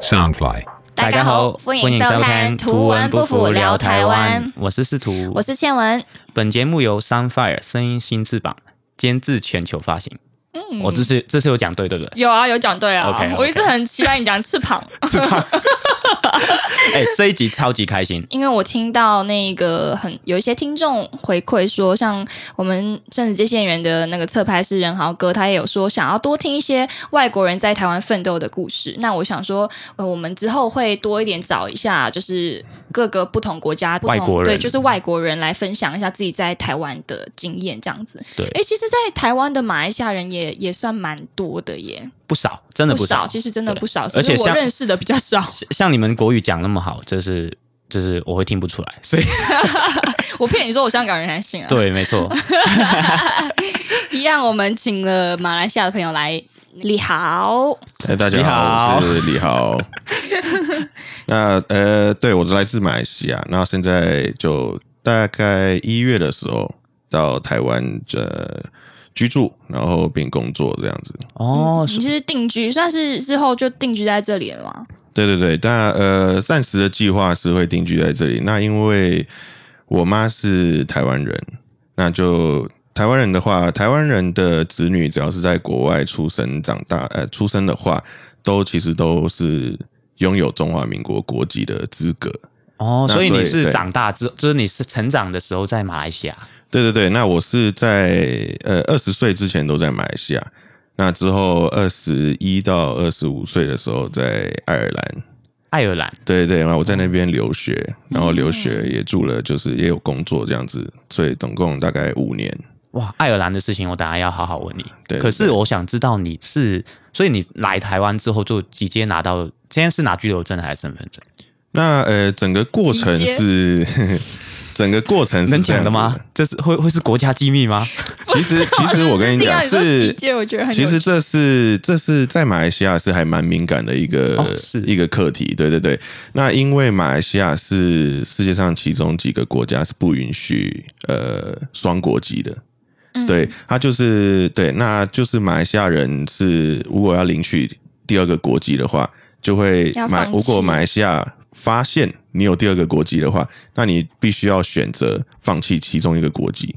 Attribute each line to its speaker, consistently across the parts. Speaker 1: Soundfly。
Speaker 2: 大家好，欢迎收听《图文不符聊台湾》，
Speaker 3: 我是司徒，
Speaker 2: 我是倩文。
Speaker 3: 本节目由 Sunfire 声音新翅膀监制全球发行。
Speaker 2: 嗯
Speaker 3: 我这次这次有讲对对 不对？
Speaker 2: 有啊，有讲对啊
Speaker 3: OK，OK
Speaker 2: 我一直很期待你讲翅膀，
Speaker 3: 哎、这一集超级开心，
Speaker 2: 因为我听到那个很有一些听众回馈说，像我们政治接线员的那个侧拍师任豪哥，他也有说想要多听一些外国人在台湾奋斗的故事。那我想说，呃，我们之后会多一点找一下，就是各个不同国家、不同
Speaker 3: 外国人
Speaker 2: 对，就是外国人来分享一下自己在台湾的经验，这样子。
Speaker 3: 对
Speaker 2: 哎，其实，在台湾的马来西亚人也也算蛮多的耶，
Speaker 3: 不少，真的
Speaker 2: 不
Speaker 3: 少。
Speaker 2: 其实真的
Speaker 3: 对
Speaker 2: 不少，
Speaker 3: 而且
Speaker 2: 只是我
Speaker 3: 像
Speaker 2: 认识的比较少。
Speaker 3: 像像你们国语讲那么好，就是就是我会听不出来， 所以
Speaker 2: 我骗你说我香港人还行啊。
Speaker 3: 对，没 错，
Speaker 2: 一样，我们请了马来西亚的朋友来。你好，
Speaker 4: 哎，大家好，我是李豪。那呃，对我是来自马来西亚，那现在就大概一月的时候到台湾这居住，然后并工作这样子。
Speaker 3: 哦，
Speaker 2: 你是定居，算是之后就定居在这里了吗？
Speaker 4: 对对对，但呃，暂时的计划是会定居在这里。那因为我妈是台湾人，那就台湾人的话，台湾人的子女只要是在国外出生长大，呃，出生的话，都其实都是拥有中华民国国籍的资格。
Speaker 3: 哦，
Speaker 4: 那
Speaker 3: 所以
Speaker 4: 所
Speaker 3: 你
Speaker 4: 以
Speaker 3: 是
Speaker 4: 对
Speaker 3: 长大之，就是你是成长的时候在马来西亚，
Speaker 4: 对对对，那我是在呃二十岁之前都在马来西亚，那之后二十一到二十五岁的时候在爱尔兰。
Speaker 3: 爱尔兰，
Speaker 4: 对对，然后我在那边留学，
Speaker 2: 嗯
Speaker 4: 然后留学也住了，就是也有工作这样子，所以总共大概五年。
Speaker 3: 哇，爱尔兰的事情我等下要好好问你。
Speaker 4: 对对
Speaker 3: 可是我想知道你是，所以你来台湾之后就直接拿到，现在是拿居留证还是身份证？
Speaker 4: 那呃，整个过程
Speaker 2: 集结
Speaker 4: 是 整个过程是
Speaker 3: 能
Speaker 4: 这
Speaker 3: 讲
Speaker 4: 样
Speaker 3: 的
Speaker 4: 子
Speaker 3: 吗？？这是会会是国家机密吗？
Speaker 4: 其实其实我跟你讲
Speaker 2: 听到说
Speaker 4: 是
Speaker 2: 集。结我觉得很有
Speaker 4: 其实这是这是在马来西亚是还蛮敏感的一个、
Speaker 3: 哦是
Speaker 4: 一个课题，对对对。那因为马来西亚是世界上其中几个国家是不允许呃双国籍的，
Speaker 2: 嗯
Speaker 4: 对，他就是对，那就是马来西亚人是如果要领取第二个国籍的话，就会
Speaker 2: 要
Speaker 4: 马
Speaker 2: 放
Speaker 4: 如果
Speaker 2: 弃
Speaker 4: 马来西亚发现你有第二个国籍的话，那你必须要选择放弃其中一个国籍。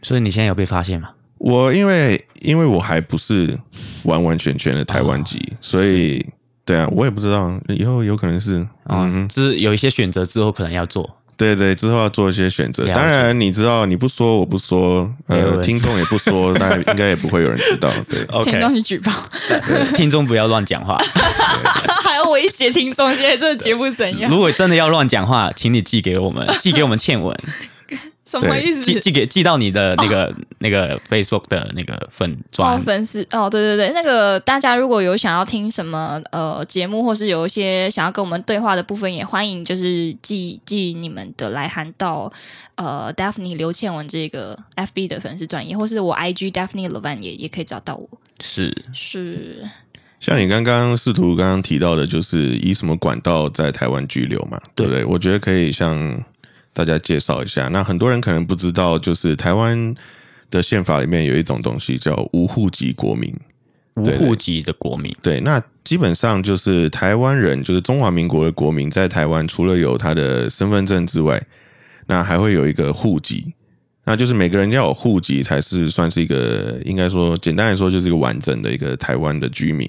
Speaker 3: 所以你现在有被发现吗？
Speaker 4: 我因为因为我还不是完完全全的台湾籍，
Speaker 3: 哦
Speaker 4: 所以对啊，我也不知道以后有可能是
Speaker 3: 啊、
Speaker 4: 嗯，
Speaker 3: 就是有一些选择之后可能要做。
Speaker 4: 对对，之后要做一些选择
Speaker 3: 了。解
Speaker 4: 当然，你知道你不说，我不说，
Speaker 3: 没有人
Speaker 4: 呃，
Speaker 3: 知
Speaker 4: 听众也不 说，大家应该也不会有人知道。对，
Speaker 2: 请东西举报，
Speaker 3: 听众不要乱讲话。
Speaker 2: 还要威胁听众，现在这个节目怎样？
Speaker 3: 如果真的要乱讲话，请你寄给我们，寄给我们 倩文，
Speaker 2: 什么意思
Speaker 3: 寄？寄给寄到你的那个、那个 Facebook 的那个粉
Speaker 2: 哦，
Speaker 3: 砖。
Speaker 2: 粉丝哦，对对对，那个大家如果有想要听什么呃节目，或是有一些想要跟我们对话的部分，也欢迎就是寄寄你们的来函到呃 Daphne 刘倩文这个 FB 的粉丝专业，或是我 IG Daphne Levan 也也可以找到我。
Speaker 3: 是
Speaker 2: 是，
Speaker 4: 像你刚刚试图刚刚提到的，就是以什么管道在台湾拘留嘛，对不对？我觉得可以向大家介绍一下。那很多人可能不知道，就是台湾的宪法里面有一种东西叫无户籍国民。
Speaker 3: 无
Speaker 4: 对对
Speaker 3: 户籍的国民。
Speaker 4: 对，那基本上就是台湾人，就是中华民国的国民，在台湾除了有他的身份证之外，那还会有一个户籍，那就是每个人要有户籍才是算是一个，应该说简单来说就是一个完整的一个台湾的居民。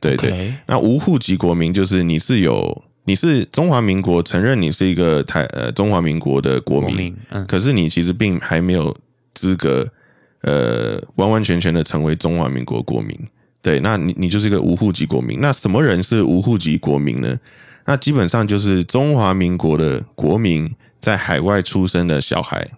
Speaker 4: 对对
Speaker 3: OK
Speaker 4: 那无户籍国民就是你是有你是中华民国承认你是一个台呃中华民国的国
Speaker 3: 国
Speaker 4: 民，
Speaker 3: 民，嗯，
Speaker 4: 可是你其实并还没有资格，呃，完完全全的成为中华民国国民。对，那你你就是一个无户籍国民。那什么人是无户籍国民呢？那基本上就是中华民国的国民在海外出生的小孩，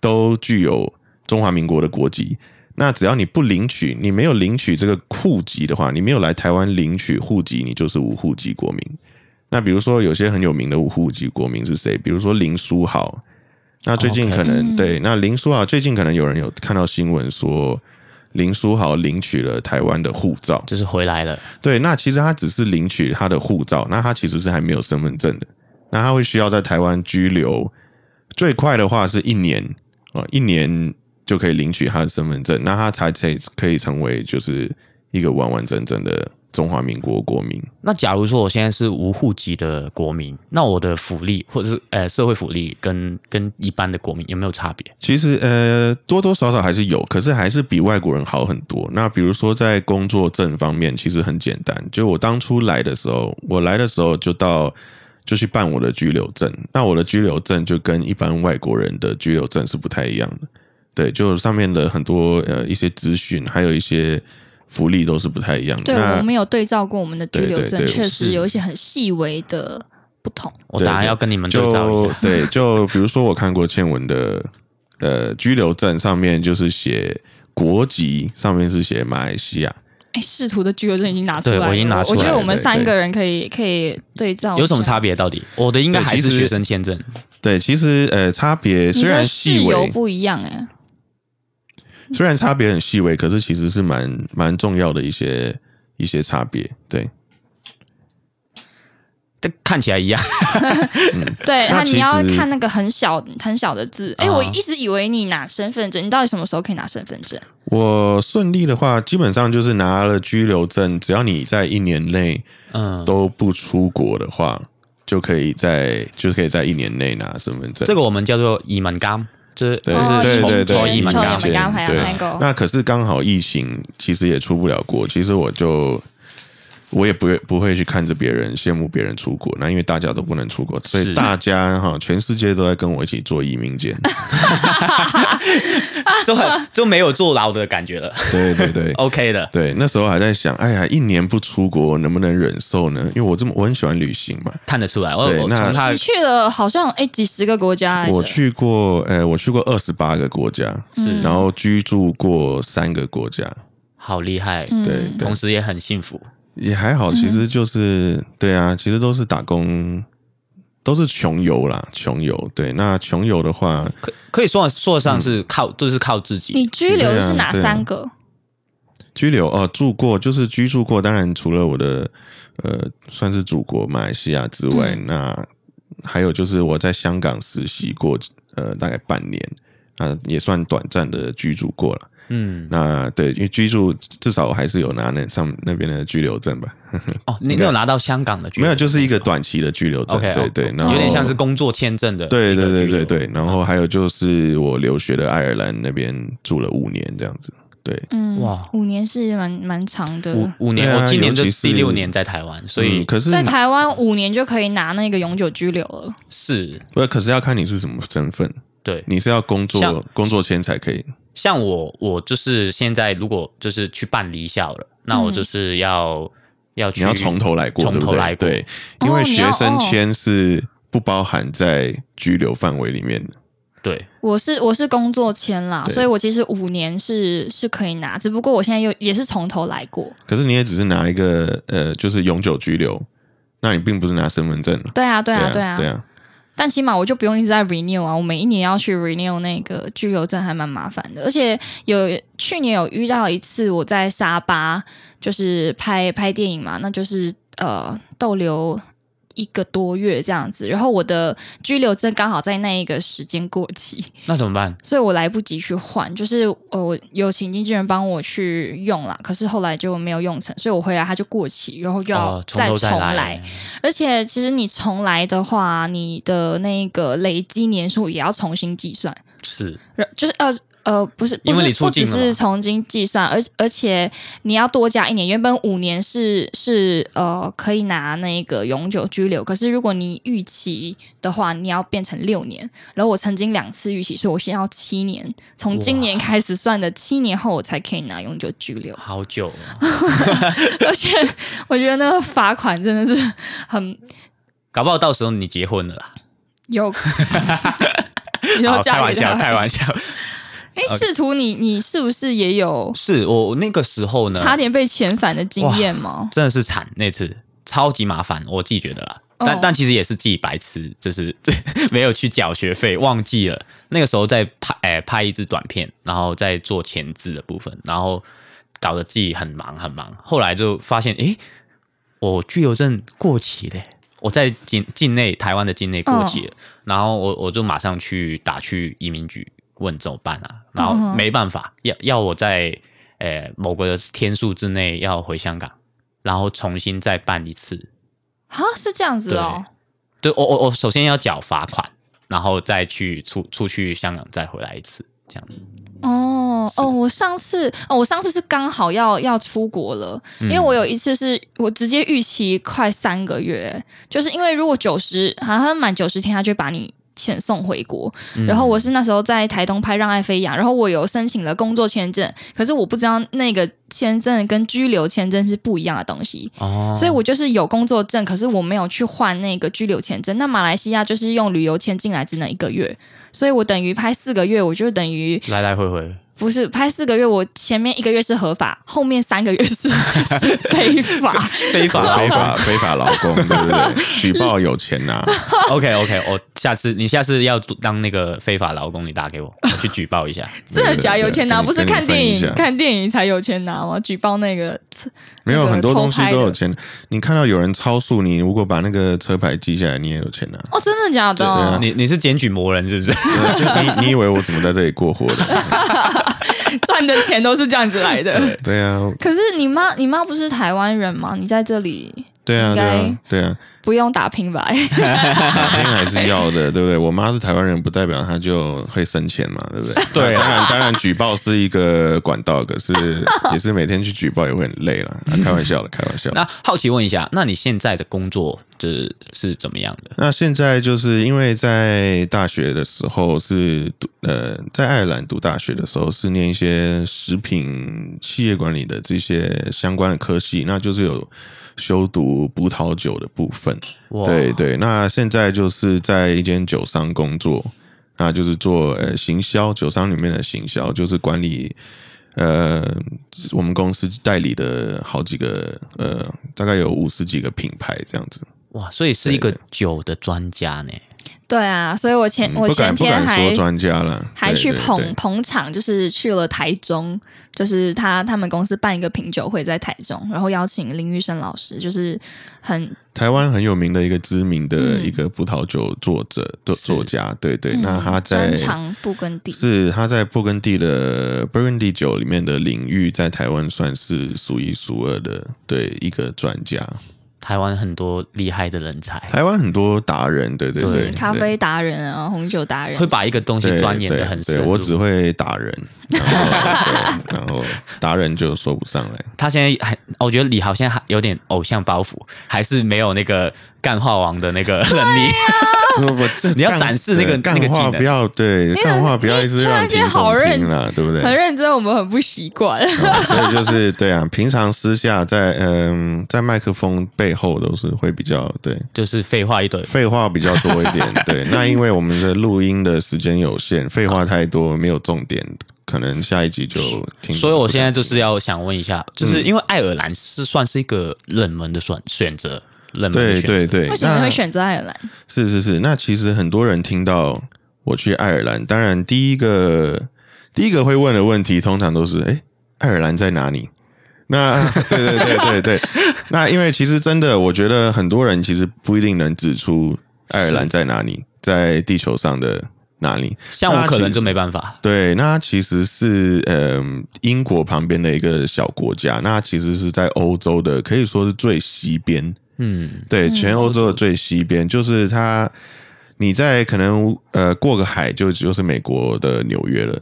Speaker 4: 都具有中华民国的国籍。那只要你不领取，你没有领取这个户籍的话，你没有来台湾领取户籍，你就是无户籍国民。那比如说有些很有名的无户籍国民是谁？比如说林书豪。那最近
Speaker 3: OK
Speaker 4: 可能
Speaker 2: 嗯
Speaker 4: 对，那林书豪最近可能有人有看到新闻说林书豪领取了台湾的护照。
Speaker 3: 就是回来了。
Speaker 4: 对，那其实他只是领取他的护照，那他其实是还没有身份证的，那他会需要在台湾居留，最快的话是一年啊、呃一年就可以领取他的身份证，那他才才可以成为就是一个完完整整的中华民国国民。
Speaker 3: 那假如说我现在是无户籍的国民，那我的福利或者是呃社会福利跟跟一般的国民有没有差别？
Speaker 4: 其实呃，多多少少还是有，可是还是比外国人好很多。那比如说在工作证方面，其实很简单。就我当初来的时候，我来的时候就到就去办我的居留证。那我的居留证就跟一般外国人的居留证是不太一样的。对，就上面的很多呃一些资讯，还有一些福利都是不太一样的。
Speaker 2: 对
Speaker 4: 那
Speaker 2: 我们有对照过我们的居留
Speaker 4: 对
Speaker 2: 证，
Speaker 4: 对对
Speaker 2: 确
Speaker 3: 是
Speaker 2: 实有一些很细微的不同。
Speaker 3: 我当然要跟你们对照一
Speaker 4: 就
Speaker 3: 下。
Speaker 4: 对，就比如说我看过倩文的呃居留证上面就是写国籍，上面是写马来西亚。
Speaker 2: 哎，试图的居留证已经拿出来
Speaker 3: 对
Speaker 2: 了，
Speaker 3: 我已经拿出来
Speaker 2: 我觉
Speaker 4: 了
Speaker 2: 得我们
Speaker 4: 对
Speaker 2: 三
Speaker 4: 对
Speaker 2: 个人可以可以对照，
Speaker 3: 有什么差？别？到底我的应该还是
Speaker 4: 对其实
Speaker 3: 学生签证，
Speaker 4: 对，其实呃差别
Speaker 2: 你
Speaker 4: 虽
Speaker 2: 的
Speaker 4: 然细
Speaker 2: 室友
Speaker 4: 微，
Speaker 2: 不一样哎，
Speaker 4: 虽然差别很细微，可是其实是蛮蛮重要的一些一些差别。对，
Speaker 3: 但看起来一样。
Speaker 2: 对，
Speaker 4: 那
Speaker 2: 那
Speaker 4: 其
Speaker 2: 你要
Speaker 4: 实
Speaker 2: 看那个很小很小的字。哎，
Speaker 3: 啊
Speaker 2: 我一直以为你拿身份证，你到底什么时候可以拿身份证？
Speaker 4: 我顺利的话，基本上就是拿了居留证，只要你在一年内
Speaker 3: 嗯，
Speaker 4: 都不出国的话，就可以在就可以在一年内拿身份证。
Speaker 3: 这个我们叫做移民刚，就是就
Speaker 4: 对
Speaker 2: 哦
Speaker 3: 是
Speaker 4: 对对
Speaker 3: 从
Speaker 4: 对，
Speaker 3: 从移
Speaker 2: 移
Speaker 3: 民
Speaker 2: 民
Speaker 4: 对
Speaker 3: 刚
Speaker 2: 从移。民刚还有
Speaker 4: 对
Speaker 2: 那个
Speaker 4: 那可是刚好疫情，其实也出不了国。其实我就我也不会不会去看着别人羡慕别人出国，那因为大家都不能出国，所
Speaker 3: 是
Speaker 4: 以大家哈，全世界都在跟我一起做移民 间。
Speaker 3: 就很就没有坐牢的感觉了
Speaker 4: 对对对。
Speaker 3: ，OK 的。
Speaker 4: 对，那时候还在想，哎呀，一年不出国能不能忍受呢？因为我这么我很喜欢旅行嘛，
Speaker 3: 看得出来，我
Speaker 4: 对
Speaker 3: 我
Speaker 4: 那
Speaker 3: 从他
Speaker 2: 你去了好像哎几十个国家来着，
Speaker 4: 我去过，呃，我去过二十八个国家，
Speaker 3: 是
Speaker 4: 然后居住过三个国家，
Speaker 3: 好厉害，
Speaker 2: 嗯
Speaker 4: 对对
Speaker 3: 同时也很幸福。
Speaker 4: 也还
Speaker 3: 嗯
Speaker 4: 好，其实就是、对啊，其实都是打工，都是穷游啦，穷游。对，那穷游的话，
Speaker 3: 可可以说说得
Speaker 4: 嗯
Speaker 3: 上是靠，就是靠自己
Speaker 2: 你。居留
Speaker 4: 对啊
Speaker 2: 是哪
Speaker 4: 对啊
Speaker 2: 三个？
Speaker 4: 居留哦、住过就是居住过，当然除了我的呃算是祖国马来西亚之外，
Speaker 3: 嗯
Speaker 4: 那还有就是我在香港实习过，呃，大概半年，啊，也算短暂的居住过了。
Speaker 3: 嗯，
Speaker 4: 那对，因为居住至少我还是有拿那上那边的居留证吧，
Speaker 3: 哦，你你有拿到香港的居
Speaker 4: 没
Speaker 3: 留？
Speaker 4: 有，就是一个短期的居留证。
Speaker 3: OK，哦
Speaker 4: 对对，然后
Speaker 3: 有点像是工作签证的。
Speaker 4: 哦对对对对。对，然后还有就是我留学的爱尔兰那边住了五年这样子，对，
Speaker 2: 嗯，
Speaker 3: 哇
Speaker 2: 五年是蛮蛮长
Speaker 3: 五
Speaker 2: 的。
Speaker 3: 五年，
Speaker 4: 对啊
Speaker 3: 我今年就
Speaker 4: 尤其是
Speaker 3: 第六年在台湾，所
Speaker 4: 嗯
Speaker 3: 以
Speaker 4: 可是
Speaker 2: 在台湾五年就可以拿那个永久居留了，
Speaker 3: 是
Speaker 4: 不，可是要看你是什么身份，
Speaker 3: 对。
Speaker 4: 你是要工
Speaker 3: 像
Speaker 4: 作工作签才可以，
Speaker 3: 像我，我就是现在如果就是去办离校了，那
Speaker 2: 嗯
Speaker 3: 我就是要要去
Speaker 4: 你要从头来过，
Speaker 3: 从
Speaker 4: 对
Speaker 3: 头
Speaker 4: 不对
Speaker 3: 来过。
Speaker 4: 对，
Speaker 2: 哦
Speaker 4: 因为
Speaker 2: 你
Speaker 4: 学
Speaker 2: 要
Speaker 4: 生
Speaker 2: 哦
Speaker 4: 签是不包含在居留范围里面的。
Speaker 3: 对，
Speaker 2: 我是我是工作签啦，
Speaker 4: 对
Speaker 2: 所以我其实五年是是可以拿，只不过我现在又也是从头来过。
Speaker 4: 可是你也只是拿一个呃，就是永久居留，那你并不是拿身份证了。
Speaker 2: 对啊，对啊，
Speaker 4: 对
Speaker 2: 啊，
Speaker 4: 对啊，
Speaker 2: 但起码我就不用一直在 renew 啊，我每一年要去 renew 那个居留证还蛮麻烦的，而且有去年有遇到一次我在沙巴就是拍拍电影嘛，那就是呃逗留一个多月这样子，然后我的居留证刚好在那一个时间过期，
Speaker 3: 那怎么办？
Speaker 2: 所以我来不及去换，就是呃我有请经纪人帮我去用啦，可是后来就没有用成，所以我回来它就过期，然后就要
Speaker 3: 哦，从头
Speaker 2: 重
Speaker 3: 再
Speaker 2: 来。，而且，其实你重来的话，你的那个累积年数也要重新计算，
Speaker 3: 是
Speaker 2: 然就是呃呃，不是，不
Speaker 3: 因为
Speaker 2: 是
Speaker 3: 你出
Speaker 2: 不只
Speaker 3: 境了嘛
Speaker 2: 是重新计算，而而且你要多加一年。原本五年是是呃可以拿那个永久居留，可是如果你逾期的话，你要变成六年。然后我曾经两次逾期，所以我现在要七年，从今年开始算的，七年后我才可以拿永久居留。
Speaker 3: 好久哦了。
Speaker 2: 而且我觉得那个罚款真的是很
Speaker 3: 搞不好到时候你结婚了 啦。
Speaker 2: 有，你
Speaker 3: 好
Speaker 2: 说
Speaker 3: 开
Speaker 2: 家
Speaker 3: 玩
Speaker 2: 里
Speaker 3: 笑，
Speaker 2: 的，
Speaker 3: 开玩笑。
Speaker 2: 哎，试图你你是不是也有
Speaker 3: 是我那个时候呢，
Speaker 2: 差点被遣返的经验吗？
Speaker 3: 真的是惨，那次超级麻烦，我自己觉得啦。
Speaker 2: 哦
Speaker 3: 但、但其实也是自己白痴，就是 没有去缴学费，忘记了。那个时候在拍，哎、拍一支短片，然后在做前置的部分，然后搞得自己很忙很忙。后来就发现，诶，我居留证过期嘞，我在境境内台湾的境内过期了。
Speaker 2: 嗯
Speaker 3: 然后我我就马上去打去移民局问怎么办啊，然后
Speaker 2: 嗯哼
Speaker 3: 没办法，要要我在呃某个天数之内要回香港。然后重新再办一次。
Speaker 2: 啊，是这样子哦。
Speaker 3: 对我我我首先要缴罚款，然后再去出出去香港再回来一次，这样子。
Speaker 2: 哦
Speaker 3: 是
Speaker 2: 哦，我上次哦，我上次是刚好要要出国了，
Speaker 3: 嗯
Speaker 2: 因为我有一次是我直接预期快三个月，就是因为如果九十好像满九十天，他就把你。遣送回国，
Speaker 3: 嗯
Speaker 2: 然后我是那时候在台东拍《让爱飞扬》，然后我有申请了工作签证，可是我不知道那个签证跟居留签证是不一样的东西，
Speaker 3: 哦，
Speaker 2: 所以我就是有工作证，可是我没有去换那个居留签证。那马来西亚就是用旅游签进来只能一个月，所以我等于拍四个月，我就等于
Speaker 3: 来来回回，
Speaker 2: 不是拍四个月，我前面一个月是合法，后面三个月是 是非法。
Speaker 3: 非
Speaker 4: 啊非法非法劳工，对不对？举报有钱拿，
Speaker 3: OK OK，我下次你下次要当那个非法劳工，你打给我，我去举报一下。
Speaker 2: 真的假的有钱拿？
Speaker 4: 跟你
Speaker 2: 不是看电
Speaker 4: 跟你分一
Speaker 2: 影
Speaker 4: 下
Speaker 2: 看电影才有钱拿吗？举报那个
Speaker 4: 没有
Speaker 2: 那个
Speaker 4: 很多东
Speaker 2: 偷
Speaker 4: 西
Speaker 2: 拍的
Speaker 4: 都有钱。你看到有人超速，你如果把那个车牌记下来，你也 有钱拿。
Speaker 2: 哦，真的假的？
Speaker 4: 对啊
Speaker 3: 你你是检举魔人是 不是？
Speaker 4: 就你你以为我怎么在这里过活 的？
Speaker 2: 赚的钱都是这样子来的。
Speaker 4: 对啊，
Speaker 2: 可是你妈，你妈不是台湾人吗？你在这里
Speaker 4: 对啊，
Speaker 2: 应
Speaker 4: 对
Speaker 2: 该
Speaker 4: 啊，对啊，
Speaker 2: 不用打拼吧？
Speaker 4: 肯定还是要的，对不对？我妈是台湾人，不代表她就会生钱嘛，对不对？
Speaker 3: 对啊
Speaker 4: 当然，当然，举报是一个管道，可是也是每天去举报也会很累啦。啊开玩笑的，开玩笑的。
Speaker 3: 那好奇问一下，那你现在的工作就是是怎么样的？
Speaker 4: 那现在就是因为在大学的时候是读呃，在爱尔兰读大学的时候是念一些食品企业管理的这些相关的科系，那就是有修读葡萄酒的部分。
Speaker 3: 哇
Speaker 4: 对对，那现在就是在一间酒商工作，那就是做呃行销，酒商里面的行销就是管理。呃，我们公司代理的好几个，呃，大概有五十几个品牌这样子。
Speaker 3: 哇，所以是一个酒的专家呢。
Speaker 2: 对啊，所以我前、
Speaker 4: 嗯
Speaker 2: 我
Speaker 4: 不敢
Speaker 2: 前天
Speaker 4: 不敢
Speaker 2: 还
Speaker 4: 说专家了，
Speaker 2: 还
Speaker 4: 对
Speaker 2: 去
Speaker 4: 对
Speaker 2: 捧
Speaker 4: 对
Speaker 2: 捧场，就是去了台中，就是他他们公司办一个品酒会在台中，然后邀请林玉生老师，就是很
Speaker 4: 台湾很有名的一个知名的一个葡萄酒作者、作
Speaker 3: 是
Speaker 4: 作家，对对，
Speaker 2: 嗯
Speaker 4: 那他在
Speaker 2: 专长布根地，
Speaker 4: 是他在勃艮第的勃艮第酒里面的领域，在台湾算是数一数二的，对一个专家。
Speaker 3: 台湾很多厉害的人才，
Speaker 4: 台湾很多达人，对对
Speaker 3: 对
Speaker 4: 对，
Speaker 2: 咖
Speaker 4: 对
Speaker 2: 啡达人啊，红酒达人
Speaker 3: 会，把一个东西
Speaker 4: 对
Speaker 3: 钻研
Speaker 4: 对
Speaker 3: 的很深
Speaker 4: 对
Speaker 3: 入。
Speaker 4: 我只会打人，然后对然后达人就说不上来。
Speaker 3: 他现在还，我觉得李豪现在还有点偶像包袱， 还是没有那个干话王的那个能力。
Speaker 4: 不不，这
Speaker 3: 你要
Speaker 4: 干
Speaker 3: 展示那个
Speaker 4: 对
Speaker 3: 那
Speaker 4: 干
Speaker 3: 个技
Speaker 4: 话
Speaker 3: 能
Speaker 4: 不要对，干话不要一
Speaker 2: 你
Speaker 4: 直
Speaker 2: 突然
Speaker 4: 让
Speaker 2: 间
Speaker 4: 听
Speaker 2: 好
Speaker 4: 众
Speaker 2: 认
Speaker 4: 听啦，对不对？
Speaker 2: 很认真，我们很不习惯。
Speaker 4: 哦所以就是对啊，平常私下在嗯、在麦克风背后都是会比较对
Speaker 3: 就是废话一堆。
Speaker 4: 废话比较多一点。对，那因为我们的录音的时间有限，废话太多没有重点，可能下一集就听不。
Speaker 3: 所以我现在就是要想嗯问一下，就是因为爱尔兰是算是一个冷门的选选择，冷门的
Speaker 4: 对
Speaker 3: 选择。
Speaker 4: 对 对，
Speaker 2: 为什么你
Speaker 4: 那
Speaker 2: 会选择爱尔兰？
Speaker 4: 是是是，那其实很多人听到我去爱尔兰，当然第一个第一个会问的问题，通常都是哎，诶爱尔兰在哪里？那 对对对对对，那因为其实真的，我觉得很多人其实不一定能指出爱尔兰在哪里，在地球上的哪里。
Speaker 3: 像我可能就没办法。
Speaker 4: 对，那其实是嗯、英国旁边的一个小国家，那其实是在欧洲的，可以说是最西边。
Speaker 3: 嗯，
Speaker 4: 对，全欧洲的最西边，就是它，你在可能呃过个海就就是美国的纽约了。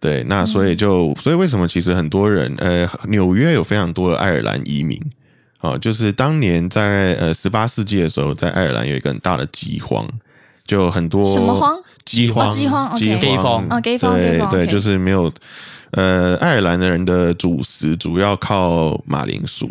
Speaker 4: 对，那所
Speaker 2: 嗯
Speaker 4: 以就、所以为什么其实很多人呃，纽约有非常多的爱尔兰移民啊、就是当年在呃十八世纪的时候，在爱尔兰有一个很大的饥荒，就很多
Speaker 2: 什么荒？
Speaker 4: 饥荒，
Speaker 2: 哦饥荒
Speaker 4: 饥
Speaker 2: OK
Speaker 4: 荒，
Speaker 2: 哦饥荒饥
Speaker 4: 对
Speaker 2: 荒
Speaker 4: 对，
Speaker 2: OK
Speaker 4: 就是没有，呃，爱尔兰的人的主食主要靠马铃薯。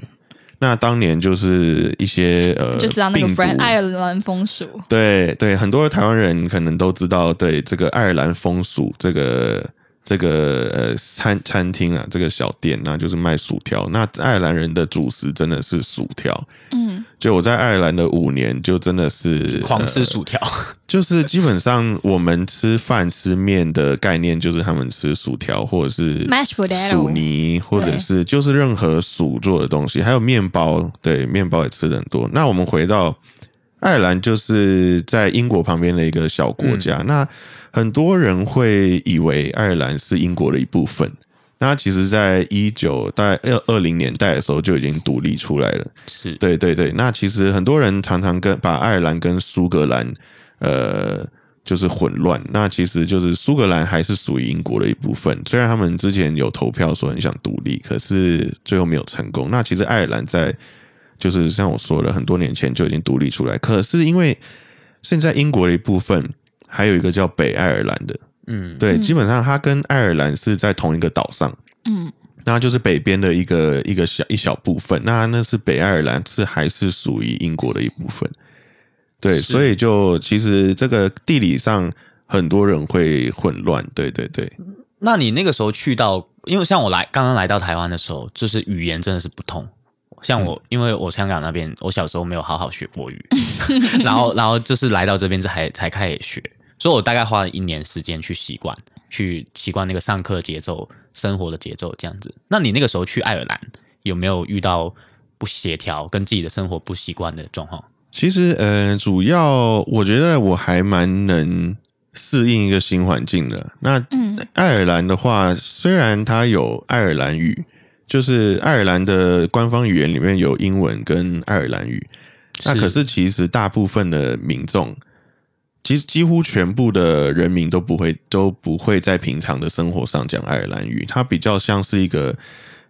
Speaker 4: 那当年就是一些呃，
Speaker 2: 你就知道那个
Speaker 4: 病毒
Speaker 2: brand 爱尔兰风俗。
Speaker 4: 对对，很多台湾人可能都知道，对这个爱尔兰风俗这个这个呃餐餐厅啊，这个小店，那就是卖薯条。那爱尔兰人的主食真的是薯条，
Speaker 2: 嗯，
Speaker 4: 就我在爱尔兰的五年，就真的是
Speaker 3: 狂
Speaker 4: 呃
Speaker 3: 吃薯条，
Speaker 4: 就是基本上我们吃饭吃面的概念，就是他们吃薯条或者是
Speaker 2: Mashed potato
Speaker 4: 薯泥，或者是就是任何薯做的东西，还有面包，对，面包也吃的很多。那我们回到爱尔兰，就是在英国旁边的一个小国家，那很多人会以为爱尔兰是英国的一部分。那它其实，在一九大概二二零年代的时候就已经独立出来了。
Speaker 3: 是
Speaker 4: 对对对，那其实很多人常常跟把爱尔兰跟苏格兰，呃，就是混乱。那其实就是苏格兰还是属于英国的一部分，虽然他们之前有投票说很想独立，可是最后没有成功。那其实爱尔兰在就是像我说的，很多年前就已经独立出来，可是因为现在英国的一部分还有一个叫北爱尔兰的，
Speaker 3: 嗯，
Speaker 4: 对，
Speaker 2: 嗯
Speaker 4: 基本上它跟爱尔兰是在同一个岛上。
Speaker 2: 嗯
Speaker 4: 那就是北边的一个一个小一小部分。那那是北爱尔兰，是还是属于英国的一部分。对，
Speaker 3: 是
Speaker 4: 所以就其实这个地理上很多人会混乱。对对对，
Speaker 3: 那你那个时候去到，因为像我来刚刚来到台湾的时候，就是语言真的是不通。
Speaker 4: 嗯
Speaker 3: 像我，因为我香港那边，我小时候没有好好学国语， 然后然后就是来到这边才才开始学，所以我大概花了一年时间去习惯，去习惯那个上课节奏、生活的节奏这样子。那你那个时候去爱尔兰，有没有遇到不协调、跟自己的生活不习惯的状况？
Speaker 4: 其实呃，主要我觉得我还蛮能适应一个新环境的。那
Speaker 2: 嗯
Speaker 4: 爱尔兰的话，虽然它有爱尔兰语，就是爱尔兰的官方语言里面有英文跟爱尔兰语，那可是其实大部分的民众，其实几乎全部的人民都不会都不会在平常的生活上讲爱尔兰语，它比较像是一个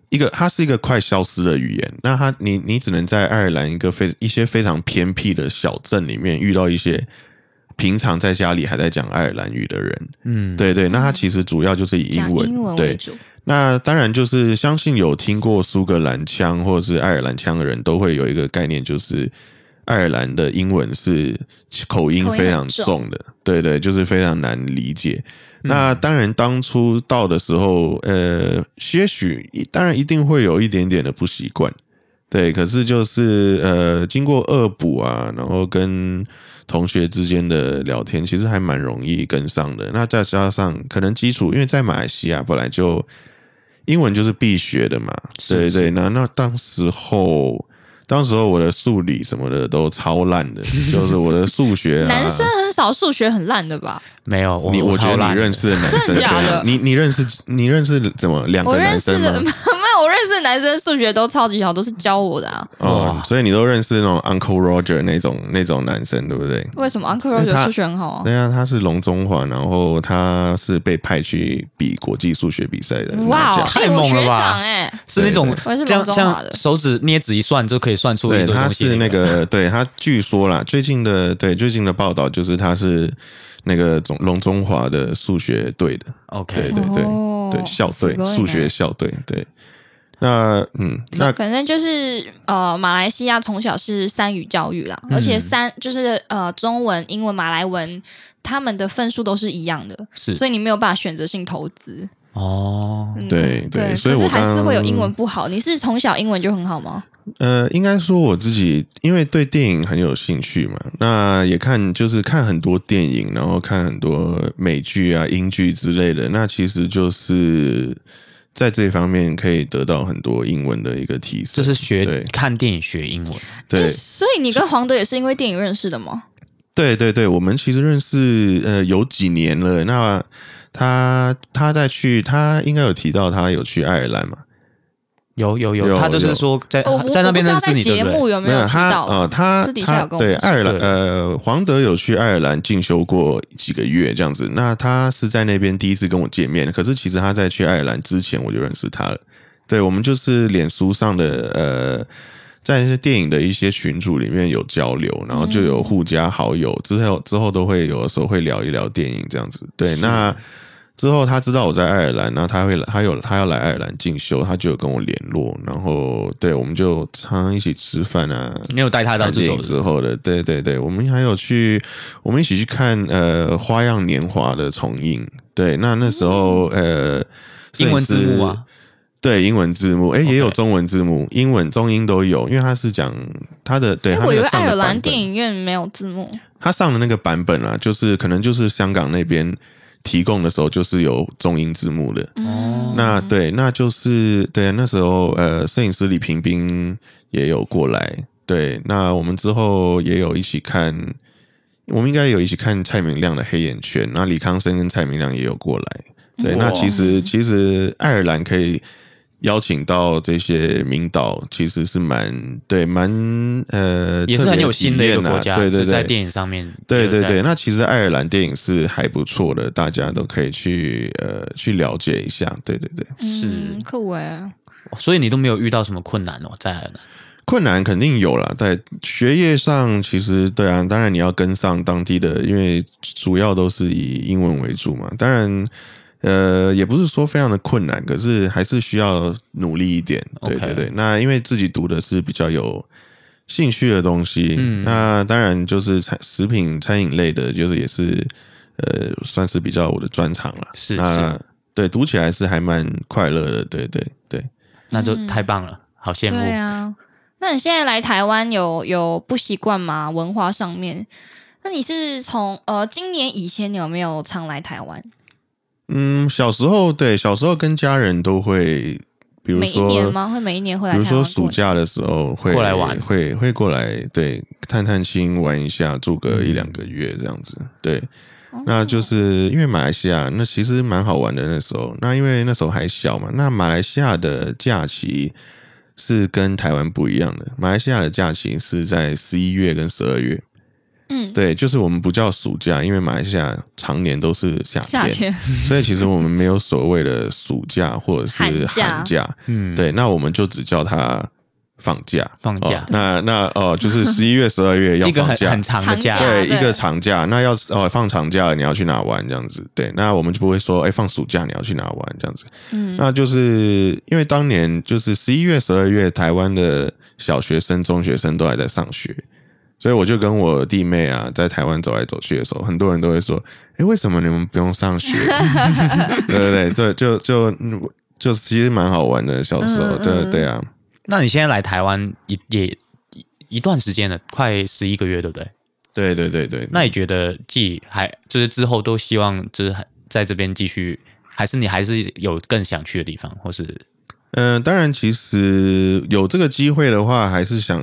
Speaker 4: 一个它是一个快消失的语言。那它你你只能在爱尔兰一个非一些非常偏僻的小镇里面遇到一些。平常在家里还在讲爱尔兰语的人，
Speaker 3: 嗯，
Speaker 4: 对对，那它其实主要就是以英
Speaker 2: 讲
Speaker 4: 文，
Speaker 2: 英文
Speaker 4: 对
Speaker 2: 为，主，
Speaker 4: 那当然就是相信有听过苏格兰腔或者是爱尔兰腔的人都会有一个概念，就是爱尔兰的英文是口音
Speaker 2: 口音
Speaker 4: 非常
Speaker 2: 很重
Speaker 4: 重嗯的，对对，就是非常难理解。那当然，当初到的时候，呃，些许当然一定会有一点点的不习惯，对。可是就是呃，经过恶补啊，然后跟同学之间的聊天，其实还蛮容易跟上的。那再加上可能基础，因为在马来西亚本来就英文就是必学的嘛，
Speaker 3: 是
Speaker 4: 对
Speaker 3: 是
Speaker 4: 对。那那当时候。当时候我的数理什么的都超烂 的，就是我的数学、啊。
Speaker 2: 男生很少数学很烂的吧？
Speaker 3: 没有，我
Speaker 4: 你我觉
Speaker 3: 超
Speaker 4: 得
Speaker 3: 懒
Speaker 4: 你
Speaker 3: 的
Speaker 4: 认识的男生
Speaker 2: 真的假的
Speaker 4: 你你认识你认识怎么两
Speaker 2: 我
Speaker 4: 个
Speaker 2: 认
Speaker 4: 男
Speaker 2: 识
Speaker 4: 生
Speaker 2: 的
Speaker 4: 吗
Speaker 2: 没？有，我认识的男生数学都超级好，都是教我的啊。
Speaker 4: 哦
Speaker 3: 哇，
Speaker 4: 所以你都认识那种 Uncle Roger 那种那种男生，对不对？
Speaker 2: 为什么 Uncle
Speaker 4: 因为他
Speaker 2: Roger 数学很好啊？
Speaker 4: 对啊，他是龙中华，然后他是被派去比国际数学比赛的
Speaker 2: 哇
Speaker 4: 拿
Speaker 2: 哦
Speaker 4: 奖，
Speaker 3: 太
Speaker 2: 哎，我
Speaker 3: 猛了
Speaker 2: 学
Speaker 3: 吧
Speaker 2: 长哎，
Speaker 3: 是那种
Speaker 4: 对
Speaker 2: 我也是
Speaker 3: 这
Speaker 2: 龙
Speaker 3: 样这
Speaker 2: 中华
Speaker 3: 样
Speaker 2: 的
Speaker 3: 手指捏指一算就可以算出一
Speaker 4: 对，
Speaker 3: 堆
Speaker 4: 他
Speaker 3: 东西
Speaker 4: 是那个， 对他据说啦，最近的对最近的报道就是他是那个总龙中华的数学队的，对
Speaker 3: OK，
Speaker 4: 对对
Speaker 2: 哦
Speaker 4: 对校队
Speaker 2: すごいね
Speaker 4: 数学校队，对。那嗯，那
Speaker 2: 反正就是呃，马来西亚从小是三语教育啦，而且三就是呃，中文、英文、马来文，他们的分数都是一样的，
Speaker 3: 是
Speaker 2: 所以你没有办法选择性投资。
Speaker 3: 哦，
Speaker 2: 嗯
Speaker 4: 对对
Speaker 2: 对，
Speaker 4: 所以
Speaker 2: 可是
Speaker 4: 我
Speaker 2: 还是
Speaker 4: 刚
Speaker 2: 会有英文不好。你是从小英文就很好吗？
Speaker 4: 呃，应该说我自己因为对电影很有兴趣嘛，那也看就是看很多电影，然后看很多美剧啊、英剧之类的。那其实就是在这方面可以得到很多英文的一个提
Speaker 3: 就
Speaker 4: 升。
Speaker 3: 是学
Speaker 4: 对
Speaker 3: 看电影学英文，
Speaker 4: 对
Speaker 2: 诶所以你跟黄德也是因为电影认识的吗？
Speaker 4: 对对对，我们其实认识呃有几年了。那他他在去，他应该有提到他有去爱尔兰嘛？
Speaker 3: 有有
Speaker 4: 有
Speaker 3: 有，哎他就是
Speaker 4: 有
Speaker 3: 说在
Speaker 2: 哦我
Speaker 3: 在那边
Speaker 2: 我不知道
Speaker 3: 认识
Speaker 2: 在
Speaker 3: 你，对
Speaker 2: 节
Speaker 3: 不
Speaker 2: 目
Speaker 3: 对？
Speaker 2: 有没有
Speaker 4: 有
Speaker 2: 提
Speaker 4: 他
Speaker 2: 到？
Speaker 4: 呃他
Speaker 2: 私底下
Speaker 4: 他
Speaker 2: 有跟我
Speaker 4: 对
Speaker 2: 们说
Speaker 4: 爱尔兰
Speaker 3: 对
Speaker 4: 呃黄德有去爱尔兰进修过几个月这样子，那他是在那边第一次跟我见面，可是其实他在去爱尔兰之前我就认识他了，对我们就是脸书上的呃。在一些电影的一些群组里面有交流，然后就
Speaker 3: 嗯
Speaker 4: 有互加好友，之后之后都会有的时候会聊一聊电影这样子。对，那之后他知道我在爱尔兰，然后他会来他有他要来爱尔兰进修，他就有跟我联络，然后对我们就常常一起吃饭啊，
Speaker 3: 你有带他到
Speaker 4: 看
Speaker 3: 这
Speaker 4: 电影
Speaker 3: 种
Speaker 4: 之后的，对对对，我们还有去，我们一起去看呃《花样年华》的重映，对，那那时候、呃，
Speaker 3: 哦英文字幕啊，
Speaker 4: 对，英文字幕，哎、
Speaker 3: OK
Speaker 4: 也有中文字幕，英文、中英都有，因为他是讲他的，对，
Speaker 2: 诶
Speaker 4: 他
Speaker 2: 我
Speaker 4: 那
Speaker 2: 以
Speaker 4: 个
Speaker 2: 为
Speaker 4: 上
Speaker 2: 爱
Speaker 4: 的
Speaker 2: 尔
Speaker 4: 版
Speaker 2: 兰
Speaker 4: 本
Speaker 2: 电影院没有字幕，
Speaker 4: 他上的那个版本啊，就是可能就是香港那边提供的时候，就是有中英字幕的，
Speaker 2: 嗯，
Speaker 3: 哦
Speaker 4: 那对，那就是对那时候呃，摄影师李平冰也有过来。对，那我们之后也有一起看，我们应该有一起看蔡明亮的《黑眼圈》，那李康生跟蔡明亮也有过来。对，
Speaker 3: 哇
Speaker 4: 那其实其实爱尔兰可以邀请到这些名导，其实是蛮对蛮呃，
Speaker 3: 也是很有新的一个
Speaker 4: 特别体验啊
Speaker 3: 国家，
Speaker 4: 对对
Speaker 3: 就在
Speaker 4: 对。
Speaker 3: 电影上面，
Speaker 4: 对对
Speaker 3: 就在
Speaker 4: 对，，那其实爱尔兰电影是还不错的，大家都可以去呃去了解一下。对对对，
Speaker 3: 是
Speaker 2: 嗯、酷哎，
Speaker 3: 所以你都没有遇到什么困难哦，在爱尔兰
Speaker 4: 困难肯定有啦，在学业上其实对啊，当然你要跟上当地的，因为主要都是以英文为主嘛。当然，呃，也不是说非常的困难，可是还是需要努力一点。对
Speaker 3: OK
Speaker 4: 对对那因为自己读的是比较有兴趣的东西，
Speaker 3: 嗯
Speaker 4: 那当然就是餐食品餐饮类的，就是也是呃，算是比较我的专长了。
Speaker 3: 是
Speaker 4: 那
Speaker 3: 是
Speaker 4: 对读起来是还蛮快乐的。对对对。
Speaker 3: 那就
Speaker 2: 嗯
Speaker 3: 太棒了，好羡慕。
Speaker 2: 对啊。那你现在来台湾有有不习惯吗？文化上面？那你是从呃今年以前你有没有常来台湾？
Speaker 4: 嗯，小时候对，小时候跟家人都会，比如
Speaker 2: 每一年
Speaker 4: 说，
Speaker 2: 吗？会每一年会来
Speaker 4: 比
Speaker 2: 台
Speaker 4: 如
Speaker 2: 湾过
Speaker 4: 说暑
Speaker 2: 年
Speaker 4: 假的时候会
Speaker 3: 过来玩
Speaker 4: 会会过来，对，探探亲玩一下，住个一
Speaker 3: 嗯
Speaker 4: 两个月这样子。对，
Speaker 2: 哦
Speaker 4: 那就是因为马来西亚那其实蛮好玩的那时候，那因为那时候还小嘛，那马来西亚的假期是跟台湾不一样的，马来西亚的假期是在十一月跟十二月，
Speaker 2: 嗯，
Speaker 4: 对，就是我们不叫暑假，因为马来西亚常年都是
Speaker 2: 夏天
Speaker 4: 所以其实我们没有所谓的暑假或者是
Speaker 2: 寒假
Speaker 4: 寒假，
Speaker 3: 嗯，
Speaker 4: 对，那我们就只叫它放假。
Speaker 3: 放假
Speaker 4: 哦、那那哦、就是十一月、十二月 要
Speaker 3: 一个
Speaker 4: 放
Speaker 3: 很
Speaker 4: 假
Speaker 3: 很，长的假，
Speaker 2: 长假
Speaker 4: 对，
Speaker 2: 对
Speaker 4: 一个长假。那要是哦放长假，你要去哪玩这样子？对，那我们就不会说，哎，放暑假你要去哪玩这样子。
Speaker 2: 嗯
Speaker 4: 那就是因为当年就是十一月、十二月，台湾的小学生、中学生都还在上学，所以我就跟我弟妹啊，在台湾走来走去的时候，很多人都会说：“哎、为什么你们不用 上学？”对对对，这就就嗯就其实蛮好玩的，小时候，
Speaker 2: 嗯
Speaker 4: 对
Speaker 2: 嗯
Speaker 4: 对啊，
Speaker 3: 那你现在来台湾也也一一段时间了，快十一个月，对不对？
Speaker 4: 对对对对。
Speaker 3: 那你觉得继还就是之后都希望就是还在这边继续，还是你还是有更想去的地方，或是
Speaker 4: 嗯、当然，其实有这个机会的话，还是想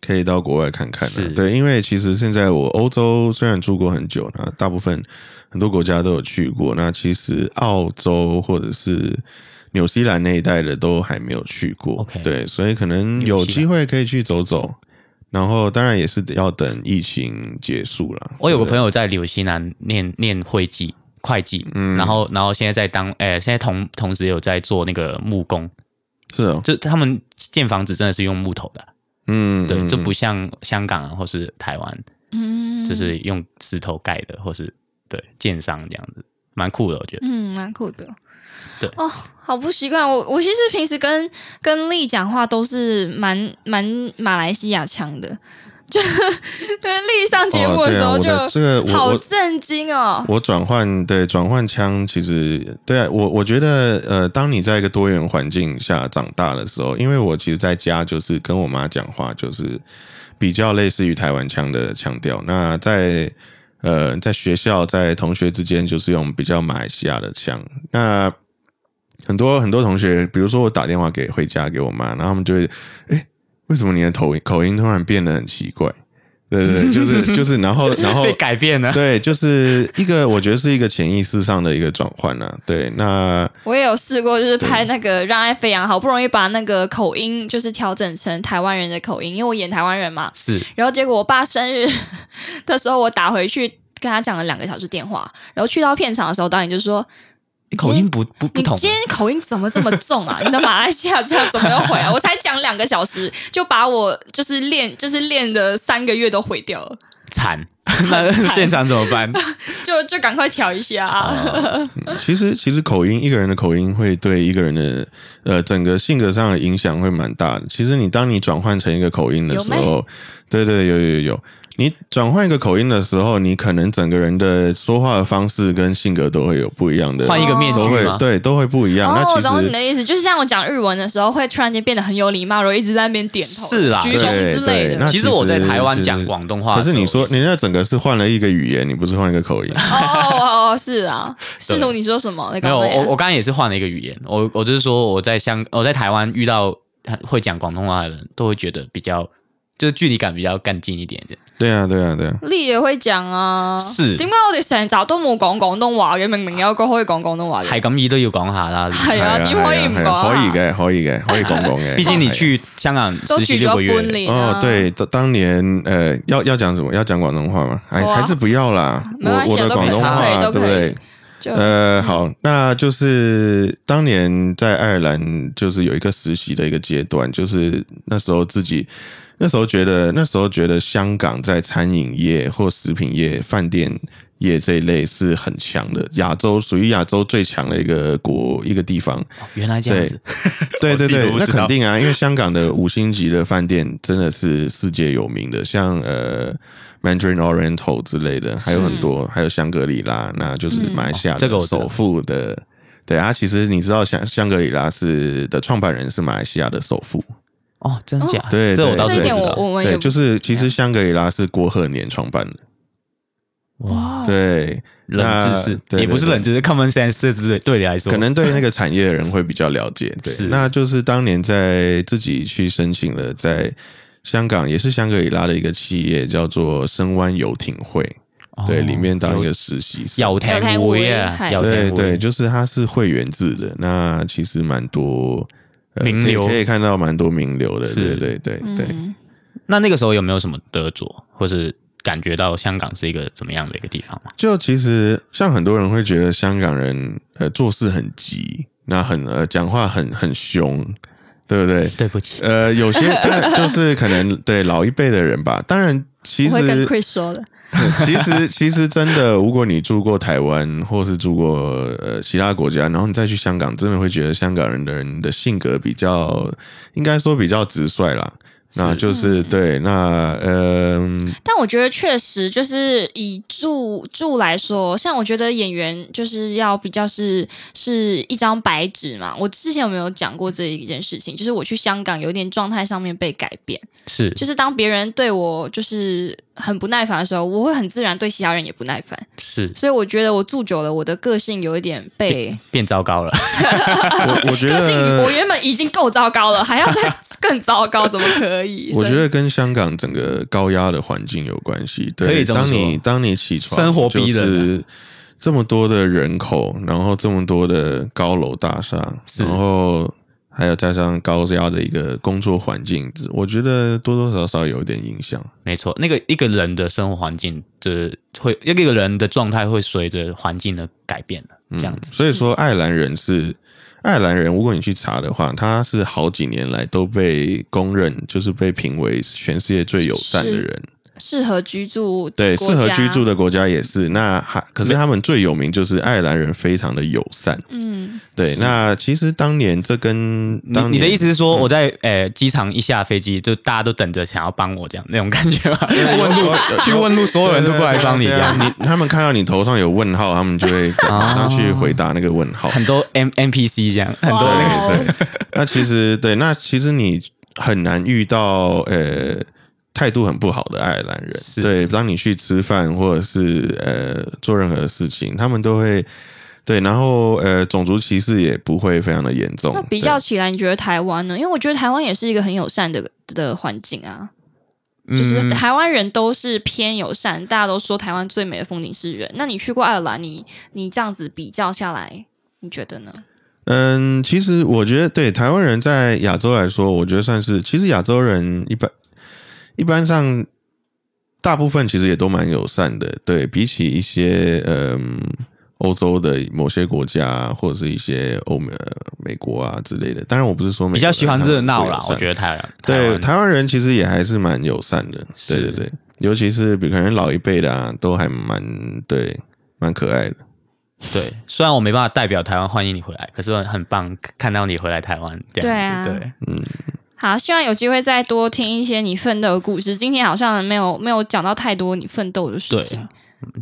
Speaker 4: 可以到国外看看的、
Speaker 3: 是
Speaker 4: 对，因为其实现在我欧洲虽然住过很久，那大部分很多国家都有去过。那其实澳洲或者是纽西兰那一带的都还没有去过。
Speaker 3: OK
Speaker 4: 对，所以可能有机会可以去走走。然后当然也是要等疫情结束了。
Speaker 3: 我有个朋
Speaker 4: 友，
Speaker 3: 友在纽西兰念 念会计会计，
Speaker 4: 嗯
Speaker 3: 然后然后现在在当诶、现在同同时也有在做那个木工，
Speaker 4: 是哦，
Speaker 3: 就他们建房子真的是用木头的，啊
Speaker 4: 嗯，
Speaker 3: 对，
Speaker 4: 嗯
Speaker 3: 这不像香港啊或是台湾，
Speaker 2: 嗯，
Speaker 3: 就是用石头盖的，或是对建商这样子，蛮酷的，我觉得。
Speaker 2: 嗯，蛮酷的。
Speaker 3: 对
Speaker 2: 哦，好不习惯。我我其实平时跟跟丽讲话都是蛮蛮马来西亚腔的，就跟丽上节目的
Speaker 4: 哦对
Speaker 2: 时
Speaker 4: 啊
Speaker 2: 候
Speaker 4: 我
Speaker 2: 就、
Speaker 4: 的这个我
Speaker 2: 好
Speaker 4: 我
Speaker 2: 震惊哦。
Speaker 4: 我转换对转换枪，其实对啊我我觉得呃，当你在一个多元环境下长大的时候，因为我其实在家就是跟我妈讲话，就是比较类似于台湾腔的腔调。那在呃在学校在同学之间，就是用比较马来西亚的腔。那很多很多同学，比如说我打电话给回家给我妈，然后他们就会，哎，为什么你的口音口音突然变得很奇怪？对对对，就是就是，然后 然 后
Speaker 3: 被改变了，
Speaker 4: 对，就是一个我觉得是一个潜意识上的一个转换啊。对，那
Speaker 2: 我也有试过，就是拍那个《让爱飞扬》，好不容易把那个口音就是调整成台湾人的口音，因为我演台湾人嘛。
Speaker 3: 是
Speaker 2: 然后结果我爸生日的时候，我打回去跟他讲了两个小时电话，然后去到片场的时候，导演就说：“
Speaker 3: 口音不不不
Speaker 2: 你
Speaker 3: 同
Speaker 2: 今天口音怎么这么重 啊？你的马来西亚腔怎么又回来？我才讲两个小时，就把我就是练就是练的三个月都毁掉了，
Speaker 3: 惨， 那现场怎么办？
Speaker 2: 就就赶快调一下、啊。
Speaker 3: 哦
Speaker 4: 其实其实口音，一个人的口音会对一个人的呃整个性格上的影响会蛮大的。其实你当你转换成一个口音的时
Speaker 2: 有
Speaker 4: 候，对对有有有，你转换一个口音的时候，你可能整个人的说话的方式跟性格都会有不一样的，
Speaker 3: 换一个面
Speaker 4: 都
Speaker 3: 具
Speaker 4: 会
Speaker 3: 吗？
Speaker 4: 哦对都会不一样。那
Speaker 2: 哦，
Speaker 4: 其
Speaker 2: 我懂你
Speaker 4: 实。
Speaker 2: 的意思，就是像我讲日文的时候，会突然间变得很有礼貌，然后一直在那边点头、
Speaker 3: 是啦
Speaker 2: 鞠躬
Speaker 4: 对
Speaker 2: 之类
Speaker 4: 对那
Speaker 2: 的。
Speaker 3: 其实我在台湾
Speaker 4: 其实
Speaker 3: 讲广东话
Speaker 4: 可
Speaker 3: 的时
Speaker 4: 是
Speaker 3: 候
Speaker 4: 你
Speaker 3: 也是，
Speaker 4: 说你那整个是换了一个语言，你不是换一个 口音？
Speaker 2: 哦哦哦，是啊，试图
Speaker 3: 对
Speaker 2: 你说什么？那
Speaker 3: 没
Speaker 2: 个
Speaker 3: 有，我我刚刚也是换了一个语言，我我就是说我在香我在台湾遇到会讲广东话的人都会觉得比较就是距离感比较干净一点的。
Speaker 4: 对啊，对啊，对啊，
Speaker 2: 你也會講啊，
Speaker 3: 是
Speaker 2: 點解我哋成集都冇講廣東話嘅？明明有一個可以講廣東話嘅，
Speaker 3: 係咁意都要講下啦，
Speaker 2: 係啊，
Speaker 4: 哎係
Speaker 2: 點可以唔
Speaker 4: 係
Speaker 2: 講
Speaker 4: 啊可以
Speaker 2: 啊？
Speaker 4: 嘅，可以嘅，可以講 講嘅。
Speaker 3: 畢竟你
Speaker 4: 係啊
Speaker 3: 去香港
Speaker 2: 都
Speaker 3: 實
Speaker 2: 住
Speaker 3: 習六
Speaker 2: 咗
Speaker 3: 個
Speaker 2: 半
Speaker 3: 月，
Speaker 2: 年
Speaker 4: 哦
Speaker 2: 啊，，
Speaker 4: 对，当当年呃，要要讲什么？要讲广东话吗？哎，
Speaker 2: 哇
Speaker 4: 还是不要啦。
Speaker 2: 没
Speaker 4: 我
Speaker 2: 关系
Speaker 4: 我的
Speaker 2: 都可以
Speaker 4: 广东话
Speaker 2: 都可以
Speaker 4: 对不对？
Speaker 2: 就
Speaker 4: 呃，好，那就是当年在爱尔兰，就是有一个实习的一个阶段，就是那时候自己那时候觉得那时候觉得香港在餐饮业或食品业、饭店业这一类是很强的，亚洲属于亚洲最强的一个国一个地方。
Speaker 3: 哦原來這樣子，我
Speaker 4: 对 对
Speaker 3: 自己
Speaker 4: 对
Speaker 3: 都，不
Speaker 4: 那
Speaker 3: 知道
Speaker 4: 肯定啊，因为香港的五星级的饭店真的是世界有名的，像呃 Mandarin Oriental 之类的，还有很多，还有香格里拉，那就是马来西亚
Speaker 3: 哦这个
Speaker 4: 的
Speaker 3: 我知道
Speaker 4: 首富的。对啊，其实你知道香香格里拉是的创办人是马来西亚的首富，
Speaker 3: 哦，真假？
Speaker 4: 对
Speaker 3: 這我
Speaker 4: 对
Speaker 3: 倒
Speaker 2: 这
Speaker 3: 是
Speaker 2: 一
Speaker 3: 不知
Speaker 2: 點我
Speaker 3: 道。
Speaker 2: 我們也
Speaker 4: 对，
Speaker 2: 不
Speaker 4: 就是其实香格里拉是郭鹤年创办的，
Speaker 2: 哦
Speaker 3: 哇，
Speaker 4: 对，
Speaker 3: 冷知
Speaker 4: 那
Speaker 3: 识
Speaker 4: 对
Speaker 3: 也不是
Speaker 4: 对对
Speaker 3: 冷知识，common sense 这对对你来说
Speaker 4: 可能对那个产业的人会比较了 解。对
Speaker 3: 是，
Speaker 4: 那就是当年在自己去申请了，在香港也是香格里拉的一个企业，叫做深湾游艇会，
Speaker 3: 哦
Speaker 4: 对，里面当一个实习生。
Speaker 3: 有艇會啊，
Speaker 2: 有
Speaker 3: 有艇
Speaker 4: 对
Speaker 3: 會
Speaker 4: 对，就是它是会员制的，那其实蛮多、呃
Speaker 3: 名
Speaker 4: 可以
Speaker 3: 流
Speaker 4: 可以看到蛮多名流的，
Speaker 3: 是
Speaker 4: 对对对对。
Speaker 2: 嗯
Speaker 3: 那那个时候有没有什么得着，或是感觉到香港是一个怎么样的一个地方吗？
Speaker 4: 就其实像很多人会觉得香港人呃做事很急，那很呃讲话很很凶，对不对？
Speaker 3: 对不起，
Speaker 4: 呃，有些当然就是可能对老一辈的人吧。当然，其
Speaker 2: 我會跟
Speaker 4: 实
Speaker 2: Chris 说的，
Speaker 4: 其实其实真的，如果你住过台湾或是住过呃其他国家，然后你再去香港，真的会觉得香港人的人的性格比较，应该说比较直率啦。那就是对，那嗯、
Speaker 2: 但我觉得确实就是以住住来说，像我觉得演员就是要比较是是一张白纸嘛。我之前有没有讲过这一件事情？就是我去香港有点状态上面被改变，
Speaker 3: 是
Speaker 2: 就是当别人对我就是很不耐烦的时候，我会很自然对其他人也不耐烦。
Speaker 3: 是
Speaker 2: 所以我觉得我住久了，我的个性有一点被
Speaker 3: 变糟糕了，
Speaker 4: 我我觉
Speaker 2: 个性，我
Speaker 4: 得。
Speaker 2: 原本已经够糟糕了，还要再 更糟糕，怎么可以？
Speaker 4: 我觉
Speaker 2: 所以
Speaker 4: 得跟香港整个高压的环境有关系。对
Speaker 3: 可以这么
Speaker 4: 当你
Speaker 3: 说
Speaker 4: 当你起床，
Speaker 3: 生活逼人啊
Speaker 4: 就是这么多的人口，然后这么多的高楼大厦，
Speaker 3: 是
Speaker 4: 然后还有加上高压的一个工作环境，我觉得多多少少有点影响。
Speaker 3: 没错，那个一个人的生活环境，就是会一个人的状态会随着环境的改变的，
Speaker 4: 嗯
Speaker 3: 这样子。嗯
Speaker 4: 所以说，爱尔兰人是爱尔兰人，如果你去查的话，他是好几年来都被公认，就是被评为全世界最友善的
Speaker 2: 是
Speaker 4: 人。
Speaker 2: 适合居住
Speaker 4: 对，
Speaker 2: 国
Speaker 4: 适合居
Speaker 2: 家
Speaker 4: 住的国家也是。那还可是他们最有名就是爱尔兰人非常的友善。
Speaker 2: 嗯，
Speaker 4: 对，那其实当年这跟
Speaker 3: 你
Speaker 4: 当
Speaker 3: 你的意
Speaker 4: 年
Speaker 3: 思是说，我在呃机场一下飞机，就大家都等着想要帮我这样那种感觉吗？问路去问路，所有人都过来帮你
Speaker 4: 呃对
Speaker 3: 这
Speaker 4: 啊
Speaker 3: 样。啊
Speaker 4: 对啊你他们看到你头上有问号，他们就 会马上去回答那个问号。
Speaker 3: 很多 M N P C 这样，很多
Speaker 2: 哇
Speaker 3: 那个
Speaker 2: 哦
Speaker 4: 对对。 那其实对，那其实你很难遇到呃态度很不好的爱尔兰人。
Speaker 3: 是
Speaker 4: 对，当你去吃饭或者是呃做任何事情，他们都会对，然后呃种族歧视也不会非常的严重
Speaker 2: 那。比
Speaker 4: 对
Speaker 2: 较起来，你觉得台湾呢？因为我觉得台湾也是一个很友善的的环境啊，就是
Speaker 3: 嗯
Speaker 2: 台湾人都是偏友善，大家都说台湾最美的风景是人。那你去过爱尔兰，你你这样子比较下来，你觉得呢？
Speaker 4: 嗯，其实我觉得对台湾人在亚洲来说，我觉得算是，其实亚洲人一般一般上大部分其实也都蛮友善的，对比起一些嗯欧洲的某些国家或者是一些欧美、呃美国啊之类的，当然我不是说美
Speaker 3: 比较喜欢热闹啦，我
Speaker 4: 得。
Speaker 3: 觉得台湾
Speaker 4: 对，
Speaker 3: 台湾
Speaker 4: 台湾人其实也还是蛮友善的，对
Speaker 3: 是
Speaker 4: 对对，尤其是比可能老一辈的啊，都还蛮对蛮可爱的。
Speaker 3: 对，虽然我没办法代表台湾欢迎你回来，可是很棒看到你回来台湾这样子。
Speaker 2: 对啊
Speaker 3: 对，
Speaker 2: 好，希望有机会再多听一些你奋斗的故事。今天好像没有没有讲到太多你奋斗的事
Speaker 3: 对
Speaker 2: 情。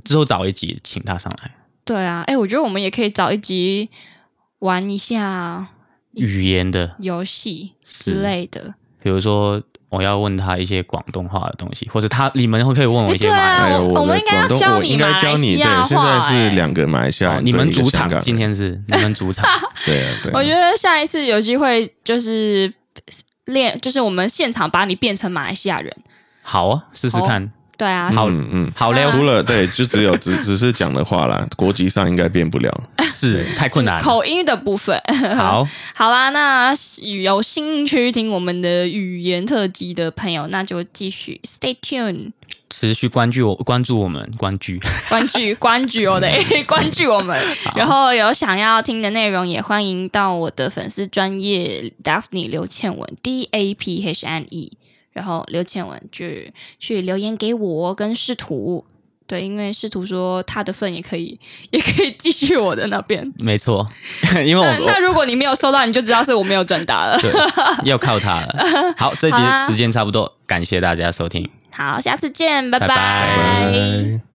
Speaker 3: 之后找一集请他上来，
Speaker 2: 对啊，哎、我觉得我们也可以找一集玩一下
Speaker 3: 语言的
Speaker 2: 游戏
Speaker 3: 是
Speaker 2: 之类的。
Speaker 3: 比如说我要问他一些广东话的东西，或者他你们会可以问我一些
Speaker 2: 诶对
Speaker 3: 马
Speaker 2: 啊
Speaker 3: 来
Speaker 4: 哎
Speaker 2: 我
Speaker 4: 我的
Speaker 2: 我们应该要
Speaker 4: 广东
Speaker 2: 教
Speaker 4: 我
Speaker 2: 你
Speaker 4: 应该
Speaker 2: 马来
Speaker 4: 教
Speaker 2: 西
Speaker 4: 你
Speaker 2: 亚
Speaker 4: 对，现在
Speaker 2: 话
Speaker 4: 是
Speaker 2: 哎
Speaker 4: 两个马来西亚
Speaker 3: 哦
Speaker 4: 人，
Speaker 3: 你们
Speaker 4: 对一个
Speaker 3: 主
Speaker 4: 香港
Speaker 3: 场
Speaker 4: 人
Speaker 3: 今天是你们主场，
Speaker 4: 对啊，对 啊
Speaker 2: 我觉得下一次有机会就是练，就是我们现场把你变成马来西亚人，
Speaker 3: 好啊，试试看。
Speaker 2: 对啊，
Speaker 3: 好哎
Speaker 4: 嗯嗯，
Speaker 3: 好嘞，
Speaker 4: 除了对，就只有只只是讲的话啦，国籍上应该变不了。
Speaker 3: 是太 困难了。啊
Speaker 2: 口音的部分。
Speaker 3: 好，
Speaker 2: 好啦，那有兴趣听我们的语言特辑的朋友，那就继续 stay tuned，
Speaker 3: 持续关注我，关注我们，关注。
Speaker 2: 关注关注我的，
Speaker 3: 嗯
Speaker 2: 关注我们。然后有想要听的内容，也欢迎到我的粉丝专业 Daphne 刘倩文 D A P H N E，然后刘倩文去去留言给我跟试图。对，因为试图说他的份也可以， 也可以继续我的那边。
Speaker 3: 没错， 因为我
Speaker 2: 那
Speaker 3: 们
Speaker 2: 那如果你没有收到，你就知道是我没有转达了。
Speaker 3: 对要靠它了。好，这集
Speaker 2: 好啊
Speaker 3: 时间差不多，感谢大家收听。
Speaker 2: 好，下次见，拜
Speaker 3: 拜拜
Speaker 2: 拜
Speaker 4: 拜